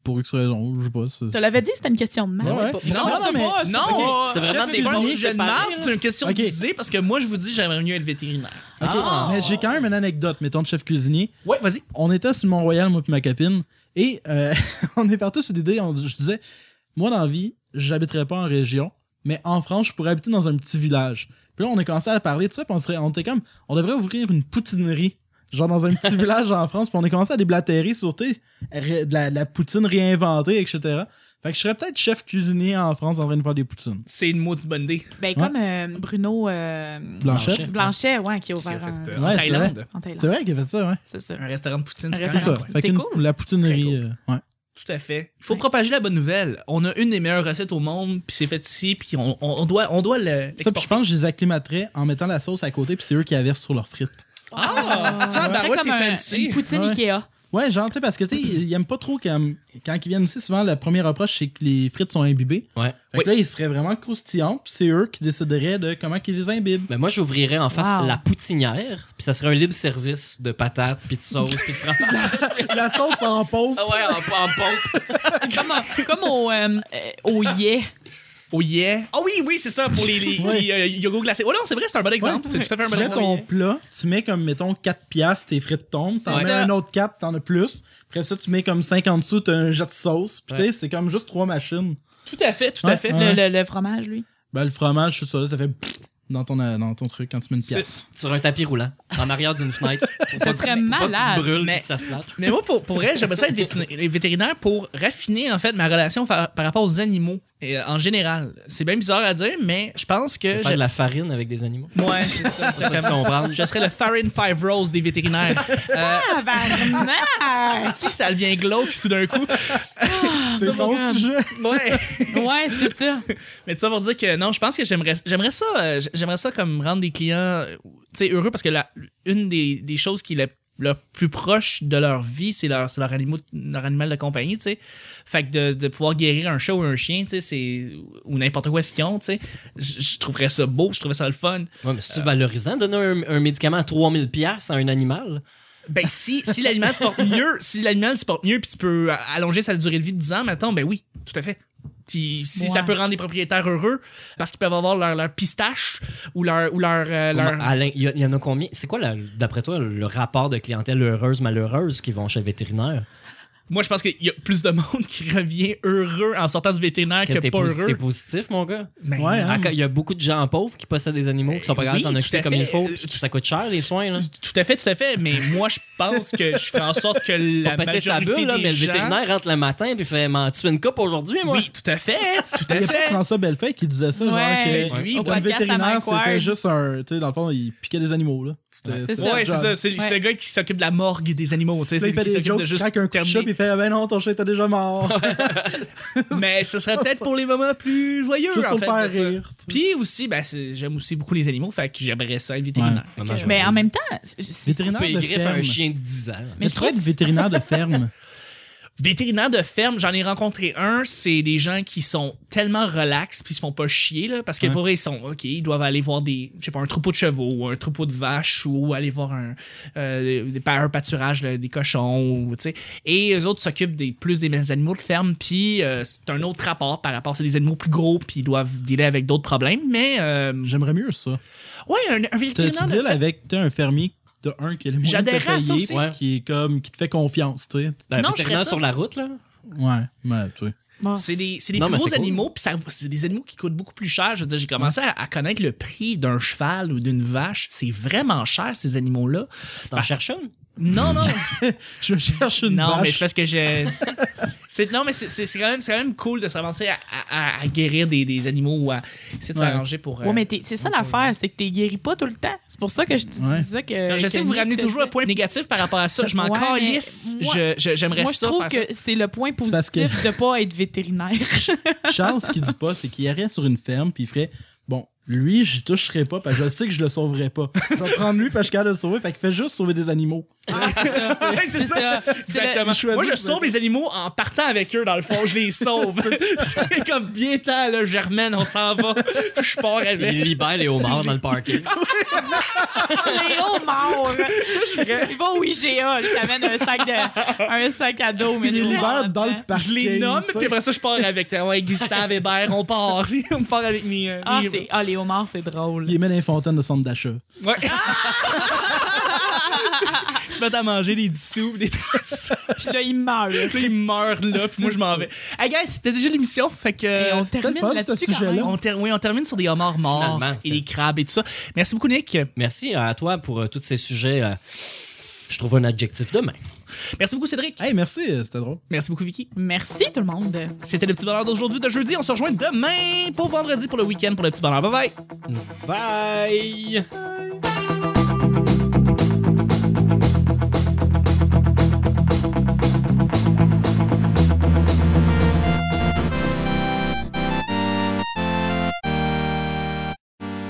Speaker 4: Pour X raison, je sais pas.
Speaker 1: Tu
Speaker 4: c'est-
Speaker 1: l'avais dit, c'était une question de mal.
Speaker 4: Ouais, ouais.
Speaker 3: pas-
Speaker 2: Non,
Speaker 4: non, mais-
Speaker 1: c'est
Speaker 2: non,
Speaker 1: pas-
Speaker 3: c'est vraiment
Speaker 1: chef
Speaker 2: C'est
Speaker 3: des
Speaker 2: pas un
Speaker 3: bons
Speaker 1: cuisinier.
Speaker 2: sujet de
Speaker 3: séparés,
Speaker 2: marde, c'est une question
Speaker 4: Ok.
Speaker 2: divisée parce que moi, je vous dis, j'aimerais mieux être vétérinaire.
Speaker 4: Ok,
Speaker 3: Ah.
Speaker 4: mais j'ai quand même une anecdote, mettons, de chef cuisinier.
Speaker 2: Ouais, vas-y.
Speaker 4: on était sur Mont-Royal, moi et ma copine, et euh, <laughs> on est parti sur l'idée, on- je disais, moi dans la vie, j'habiterais pas en région, mais en France, je pourrais habiter dans un petit village. Puis là, on a commencé à parler de ça, puis on, serait, on était comme, on devrait ouvrir une poutinerie, genre dans un petit village en France, puis on a commencé à déblatérer sur tu sais, ré- de la, de la poutine réinventée, etc. Fait que je serais peut-être chef cuisinier en France en train de faire des poutines.
Speaker 2: C'est une maudite bonne idée.
Speaker 1: Ben, comme euh, Bruno euh,
Speaker 4: Blanchette.
Speaker 1: Blanchet,
Speaker 3: Blanchette.
Speaker 1: ouais, qui a
Speaker 2: Qui a
Speaker 1: ouvert un-
Speaker 2: fait, euh,
Speaker 4: Ouais,
Speaker 2: en
Speaker 4: c'est
Speaker 1: en
Speaker 2: Thaïlande.
Speaker 4: C'est
Speaker 1: Thaïlande.
Speaker 4: vrai qu'il a fait ça, ouais.
Speaker 1: C'est ça.
Speaker 2: Un restaurant de poutine, c'est
Speaker 1: Un
Speaker 2: quand
Speaker 4: C'est
Speaker 2: même
Speaker 1: restaurant.
Speaker 4: ça.
Speaker 1: cool.
Speaker 4: Fait
Speaker 1: C'est
Speaker 4: qu'une-
Speaker 1: cool.
Speaker 4: La
Speaker 2: Très
Speaker 4: poutinerie,
Speaker 2: cool.
Speaker 4: euh, ouais.
Speaker 2: Tout à fait. Il faut
Speaker 1: Ouais.
Speaker 2: propager la bonne nouvelle. On a une des meilleures recettes au monde, puis c'est fait ici, puis on, on- on doit, on doit le-
Speaker 4: Ça, puis je
Speaker 2: l'exporter.
Speaker 4: pense que je les acclimaterais en mettant la sauce à côté, puis c'est eux qui la versent sur leurs frites.
Speaker 2: Ah! Tiens,
Speaker 1: On
Speaker 2: bah
Speaker 1: fait
Speaker 2: ouais,
Speaker 1: comme
Speaker 2: t'es
Speaker 1: un-
Speaker 2: fancy.
Speaker 1: Une poutine
Speaker 4: Ouais.
Speaker 1: Ikea.
Speaker 2: <laughs>
Speaker 4: Ouais, genre, tu sais, parce que, tu sais, ils aiment pas trop quand, quand ils viennent ici, souvent, la première approche, c'est que les frites sont imbibées.
Speaker 3: Ouais.
Speaker 4: Fait que là, ils seraient vraiment croustillants, puis c'est eux qui décideraient de comment qu'ils les imbibent.
Speaker 3: Ben moi, j'ouvrirais en face
Speaker 1: Wow.
Speaker 3: la poutinière, puis ça serait un libre service de patates, puis de sauce, puis de fromage. <laughs>
Speaker 4: <laughs> la sauce en pauvre.
Speaker 3: ah ouais, en, en pompe.
Speaker 1: comme, en- comme au, euh, euh, au yeah.
Speaker 2: Oh yeah. Ah oui, oui, c'est ça, pour les, les,
Speaker 4: Ouais.
Speaker 2: les, euh, yogos glacés. Oh non, c'est vrai, c'est un bon exemple. C'est tout à fait un
Speaker 4: Tu
Speaker 2: bon
Speaker 4: mets
Speaker 2: exemple.
Speaker 4: ton plat, tu mets comme, mettons, 4 piastres, tes frites tombent, t'en
Speaker 1: C'est
Speaker 4: mets
Speaker 1: ça.
Speaker 4: un autre 4, t'en as plus. Après ça, tu mets comme 50 sous, t'as un jet de sauce, puis tu sais,
Speaker 3: Ouais.
Speaker 4: c'est comme juste trois machines.
Speaker 2: Tout à fait, tout à
Speaker 4: Ouais.
Speaker 2: fait.
Speaker 4: Ouais.
Speaker 1: Le, le- le fromage, lui.
Speaker 4: Ben, le fromage, tout ça, là, ça fait pfff dans ton, euh, dans ton truc quand tu mets une
Speaker 2: C'est-
Speaker 4: pièce.
Speaker 3: Sur un tapis roulant, en arrière
Speaker 2: <laughs>
Speaker 3: d'une fenêtre. Pour pas que-
Speaker 1: serait
Speaker 3: pour pas que tu te
Speaker 1: malade.
Speaker 3: brûles,
Speaker 2: Mais-
Speaker 3: puis que ça se plate.
Speaker 2: Mais moi, pour, pour vrai, j'aimerais ça être vétérinaire- vétérinaire pour raffiner, en fait, ma relation fa- par rapport aux animaux, et, euh, en général. C'est bien bizarre à dire, mais je pense que...
Speaker 3: Faire de la farine avec des animaux.
Speaker 2: j'ai- Ouais, c'est ça,
Speaker 3: Ça fait
Speaker 2: exactement.
Speaker 3: comprendre.
Speaker 2: Je serais le Farin Five Rose des vétérinaires. Euh,
Speaker 1: Tabarnak!
Speaker 2: si ça devient glauque tout d'un coup.
Speaker 4: C'est ton sujet.
Speaker 2: Ouais.
Speaker 1: ouais, c'est ça.
Speaker 2: Mais tout ça pour dire que non, je pense que j'aimerais j'aimerais ça euh, j'aimerais ça comme rendre des clients euh, tu sais heureux parce que la une des, des choses qui est le, le plus proche de leur vie, c'est leur c'est leur animaux- leur animal de compagnie, tu sais. Fait que de, de pouvoir guérir un chat ou un chien, tu sais, c'est ou n'importe quoi ce qu'ils ont, tu sais. Je je trouverais ça beau, je trouverais ça le fun.
Speaker 3: Ouais, mais
Speaker 2: Euh.
Speaker 3: c'est-tu valorisant de donner un, un médicament à 3000$ piastres à un animal?
Speaker 2: Ben si si l'animal se porte mieux, si l'animal se porte mieux puis tu peux allonger sa durée de vie de 10 ans maintenant, ben oui, tout à fait. Puis si
Speaker 1: Ouais.
Speaker 2: ça peut rendre les propriétaires heureux, parce qu'ils peuvent avoir leur, leur pistache ou leur. Ou leur, euh, leur-
Speaker 3: Alain, il y, a- il y en a combien C'est quoi, la- d'après toi, le rapport de clientèle heureuse, malheureuse qui vont chez le vétérinaire
Speaker 2: Moi, je pense qu'il y a plus de monde <laughs> qui revient heureux en sortant du vétérinaire
Speaker 3: Que
Speaker 2: que,
Speaker 3: T'es
Speaker 2: pas
Speaker 3: posi- t'es
Speaker 2: heureux.
Speaker 3: positif, mon gars
Speaker 2: Mais
Speaker 4: Ouais,
Speaker 3: Ah,
Speaker 4: hein.
Speaker 3: quand- Il y a beaucoup de gens pauvres qui possèdent des animaux qui sont pas
Speaker 2: Euh,
Speaker 3: capables de s'en
Speaker 2: oui, tout
Speaker 3: occuper
Speaker 2: à
Speaker 3: comme
Speaker 2: fait.
Speaker 3: il faut.
Speaker 2: Euh,
Speaker 3: puis ça coûte cher, les soins. Là.
Speaker 2: Tout à fait, tout à fait. Mais moi, je pense que je ferai en sorte que la
Speaker 3: Pas péter
Speaker 2: majorité
Speaker 3: ta bulle, là,
Speaker 2: des
Speaker 3: mais
Speaker 2: gens...
Speaker 3: le vétérinaire rentre le matin puis fait M'en tu une coupe aujourd'hui, moi
Speaker 2: Oui, tout à fait, tout à
Speaker 4: Il y a pas
Speaker 2: fait.
Speaker 4: François Bellefeuille qui disait ça,
Speaker 1: Ouais.
Speaker 4: genre que
Speaker 2: Lui,
Speaker 1: Au
Speaker 2: comme
Speaker 4: le
Speaker 1: podcast à
Speaker 4: vétérinaire,
Speaker 1: Mike Ward.
Speaker 4: c'était juste un. Tu sais, dans le fond, il piquait des animaux, là. C'était-
Speaker 1: c'est
Speaker 4: c'était
Speaker 1: ça.
Speaker 2: Ouais,
Speaker 4: genre-
Speaker 2: c'est ça. C'est c'est le gars qui s'occupe de la morgue des animaux. tu sais,
Speaker 4: Là,
Speaker 2: C'est
Speaker 4: il
Speaker 2: lui
Speaker 4: fait
Speaker 2: qui
Speaker 4: des
Speaker 2: s'occupe
Speaker 4: jokes,
Speaker 2: de
Speaker 4: il
Speaker 2: juste
Speaker 4: craque un coup de chat, puis
Speaker 2: terminer.
Speaker 4: il fait Ah Ben non, ton chien était déjà mort.
Speaker 2: Mais ce serait peut-être pour les moments plus joyeux,
Speaker 4: Juste
Speaker 2: en
Speaker 4: pour
Speaker 2: fait.
Speaker 4: faire
Speaker 2: de ça.
Speaker 4: rire. tu sais.
Speaker 2: Puis aussi, ben, c'est- j'aime aussi beaucoup les animaux, fait que j'aimerais ça être vétérinaire.
Speaker 4: Ah,
Speaker 3: Maman, je vais
Speaker 1: Mais en
Speaker 3: aller.
Speaker 1: même temps, c'est- c'est-
Speaker 4: Vétérinaire
Speaker 3: Tu
Speaker 4: de
Speaker 3: peux griffer
Speaker 4: ferme.
Speaker 3: un chien de 10 ans.
Speaker 1: mais je trouve que
Speaker 4: vétérinaire de ferme.
Speaker 2: Vétérinaire de ferme, j'en ai rencontré un, c'est des gens qui sont tellement relax puis ils se font pas chier, là, parce que
Speaker 4: Ouais.
Speaker 2: pour eux, ils sont, OK, ils doivent aller voir des, je sais pas, un troupeau de chevaux ou un troupeau de vaches ou aller voir un, euh, des- un pâturage là, des cochons, ou, tu sais. Et eux autres s'occupent des, plus des animaux de ferme, puis euh, c'est un autre rapport par rapport, c'est des animaux plus gros puis ils doivent dealer avec d'autres problèmes, mais, euh,
Speaker 4: J'aimerais mieux ça.
Speaker 2: ouais, un, un
Speaker 4: T'as-
Speaker 2: vétérinaire
Speaker 4: Tu
Speaker 2: de
Speaker 4: deals
Speaker 2: ferme.
Speaker 4: avec t'as un fermier de un qui est le moins
Speaker 2: J'adhérais à ça
Speaker 4: payé,
Speaker 2: aussi.
Speaker 3: Ouais.
Speaker 4: qui est comme qui te fait confiance, tu sais.
Speaker 3: Ben, Un
Speaker 2: Non, je ferais
Speaker 3: vétérinaire
Speaker 2: ça.
Speaker 3: sur la route, là
Speaker 4: Ouais, mais tu sais.
Speaker 1: bon,
Speaker 2: C'est des, c'est des
Speaker 3: Non,
Speaker 2: plus
Speaker 3: mais
Speaker 2: gros
Speaker 3: c'est cool.
Speaker 2: animaux, puis ça- c'est des animaux qui coûtent beaucoup plus cher. Je veux dire, j'ai commencé à, à connaître le prix d'un cheval ou d'une vache. C'est vraiment cher, ces animaux-là.
Speaker 3: Tu t'en
Speaker 2: Parce-
Speaker 3: cherches une
Speaker 2: Non,
Speaker 1: <laughs>
Speaker 2: non,
Speaker 4: Je cherche une
Speaker 2: non,
Speaker 4: vache.
Speaker 2: mais je pense que j'ai. <laughs> C'est, non, mais c'est, c'est- c'est quand même, c'est quand même cool de s'avancer à, à- à- à guérir des, des animaux ou à essayer de
Speaker 4: Ouais.
Speaker 2: s'arranger pour. euh,
Speaker 1: ouais, mais t'es- c'est ça
Speaker 2: on s'en-
Speaker 1: l'affaire, c'est que t'es guéri pas tout le temps. C'est pour ça que je te
Speaker 4: Ouais.
Speaker 1: dis ça que.
Speaker 2: Alors, je
Speaker 1: que
Speaker 2: sais que vous
Speaker 1: Nick
Speaker 2: ramenez
Speaker 1: te
Speaker 2: toujours un
Speaker 1: disait.
Speaker 2: point négatif par rapport à ça. Je m'en
Speaker 1: Ouais, mais
Speaker 2: calisse.
Speaker 1: moi-
Speaker 2: Je- je- j'aimerais
Speaker 1: Moi, je
Speaker 2: ça.
Speaker 1: trouve
Speaker 2: faire ça.
Speaker 1: que c'est le point
Speaker 4: parce que-
Speaker 1: positif de pas être
Speaker 4: <laughs>
Speaker 1: vétérinaire. <laughs>
Speaker 4: Charles, ce qu'il dit pas, c'est qu'il irait sur une ferme puis il ferait Bon, lui, je toucherai pas parce que je sais que je le sauverai pas. Je vais prendre lui parce que je suis capable de le sauver. Fait qu'il fait juste sauver des animaux.
Speaker 2: <laughs> Ouais, c'est ça. Exactement.
Speaker 4: Je suis
Speaker 2: Moi, je
Speaker 4: adulte,
Speaker 2: sauve les animaux en partant avec eux, dans le fond. Je <laughs> les sauve. <laughs> je fais comme bien temps, là, Germaine, on s'en va. Puis Je pars
Speaker 3: Il
Speaker 2: avec.
Speaker 3: libère les homards dans le parking.
Speaker 2: Ah, oh,
Speaker 1: Léo mort! Il va au IGA, il t'amène un sac de un sac à dos, mais
Speaker 4: Il les
Speaker 1: c'est
Speaker 4: libère dans le parc.
Speaker 2: Je les nomme, puis après ça, je pars avec. T'sais, ouais, Gustave, Hébert, on part. <laughs> Puis on part avec mes. euh,
Speaker 1: Ah,
Speaker 2: mes-
Speaker 1: c'est ah Léo mort, c'est drôle.
Speaker 4: Il les met dans les fontaines de centre d'achat.
Speaker 2: Ouais. Ils se mettent à manger des dissous, des dissous.
Speaker 1: Puis là il meurt.
Speaker 4: Euh,
Speaker 2: Puis <laughs> ils meurent là, puis moi, je m'en vais. Hey, guys, c'était déjà l'émission. Fait que.
Speaker 1: Et on
Speaker 4: le
Speaker 1: termine
Speaker 4: fun, ce
Speaker 1: là-dessus quand
Speaker 4: sujet-là.
Speaker 1: même.
Speaker 2: on ter- oui, on termine sur des homards morts
Speaker 3: Finalement,
Speaker 2: et
Speaker 3: c'était-
Speaker 2: des crabes et tout ça. Merci beaucoup, Nick.
Speaker 3: Merci à toi pour euh, tous ces sujets. euh, je trouve un adjectif demain.
Speaker 2: Merci beaucoup, Cédric.
Speaker 4: Hey, merci, euh, c'était drôle.
Speaker 2: Merci beaucoup, Vicky.
Speaker 1: Merci tout le monde.
Speaker 2: C'était le petit bonheur d'aujourd'hui, de jeudi. On se rejoint demain pour vendredi pour le week-end pour le petit bonheur. Bye bye.
Speaker 3: Bye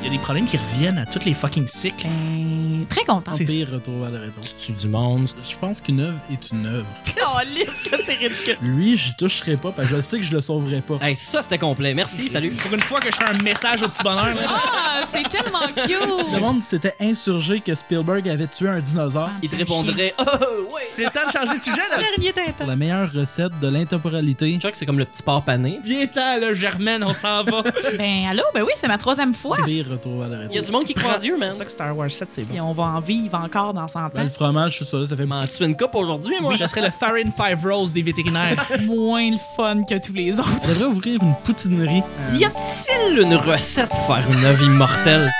Speaker 2: Il y a des problèmes qui reviennent à tous les fucking cycles.
Speaker 1: Ben, très contente.
Speaker 2: C'est-
Speaker 4: Pire retour à la réponse.
Speaker 3: Tu tues du monde.
Speaker 4: Je pense qu'une œuvre est une œuvre.
Speaker 1: Oh, Lise, que c'est ridicule.
Speaker 4: Lui, je toucherai pas parce que je sais que je le sauverai pas.
Speaker 3: Hey, ça, c'était complet. Merci, salut.
Speaker 2: Pour une fois que je fais un message au petit bonheur. là.
Speaker 1: Ah, c'est tellement
Speaker 4: Tout le
Speaker 1: cute.
Speaker 4: monde s'était insurgé que Spielberg avait tué un dinosaure.
Speaker 3: Il te répondrait Oh, <laughs> ouais.
Speaker 2: C'est le temps de changer de sujet, là.
Speaker 1: Dernier tintin.
Speaker 4: Pour la meilleure recette de l'intemporalité.
Speaker 3: <laughs> Chuck, c'est comme le petit porc pané.
Speaker 2: Viens temps, là, Germaine, on s'en va.
Speaker 1: Ben allô, ben oui, c'est ma troisième fois.
Speaker 4: C'est pire retour à la
Speaker 3: Il y a
Speaker 4: réponse.
Speaker 3: du monde <laughs> qui croit en Dieu,
Speaker 2: C'est
Speaker 3: man.
Speaker 2: pour ça que Star Wars 7, c'est bon.
Speaker 1: Puis on va en vivre encore dans 100
Speaker 4: Ben,
Speaker 1: ans.
Speaker 4: le fromage, tout ça, là, ça fait mal.
Speaker 3: M'en tu une coupe aujourd'hui, moi.
Speaker 2: Oui, je serais le Farin Five Rose des vétérinaires.
Speaker 1: Moins le fun que tous les autres.
Speaker 4: On devrait ouvrir une poutinerie.
Speaker 3: Y a-t-il une recette pour faire une œuvre immortelle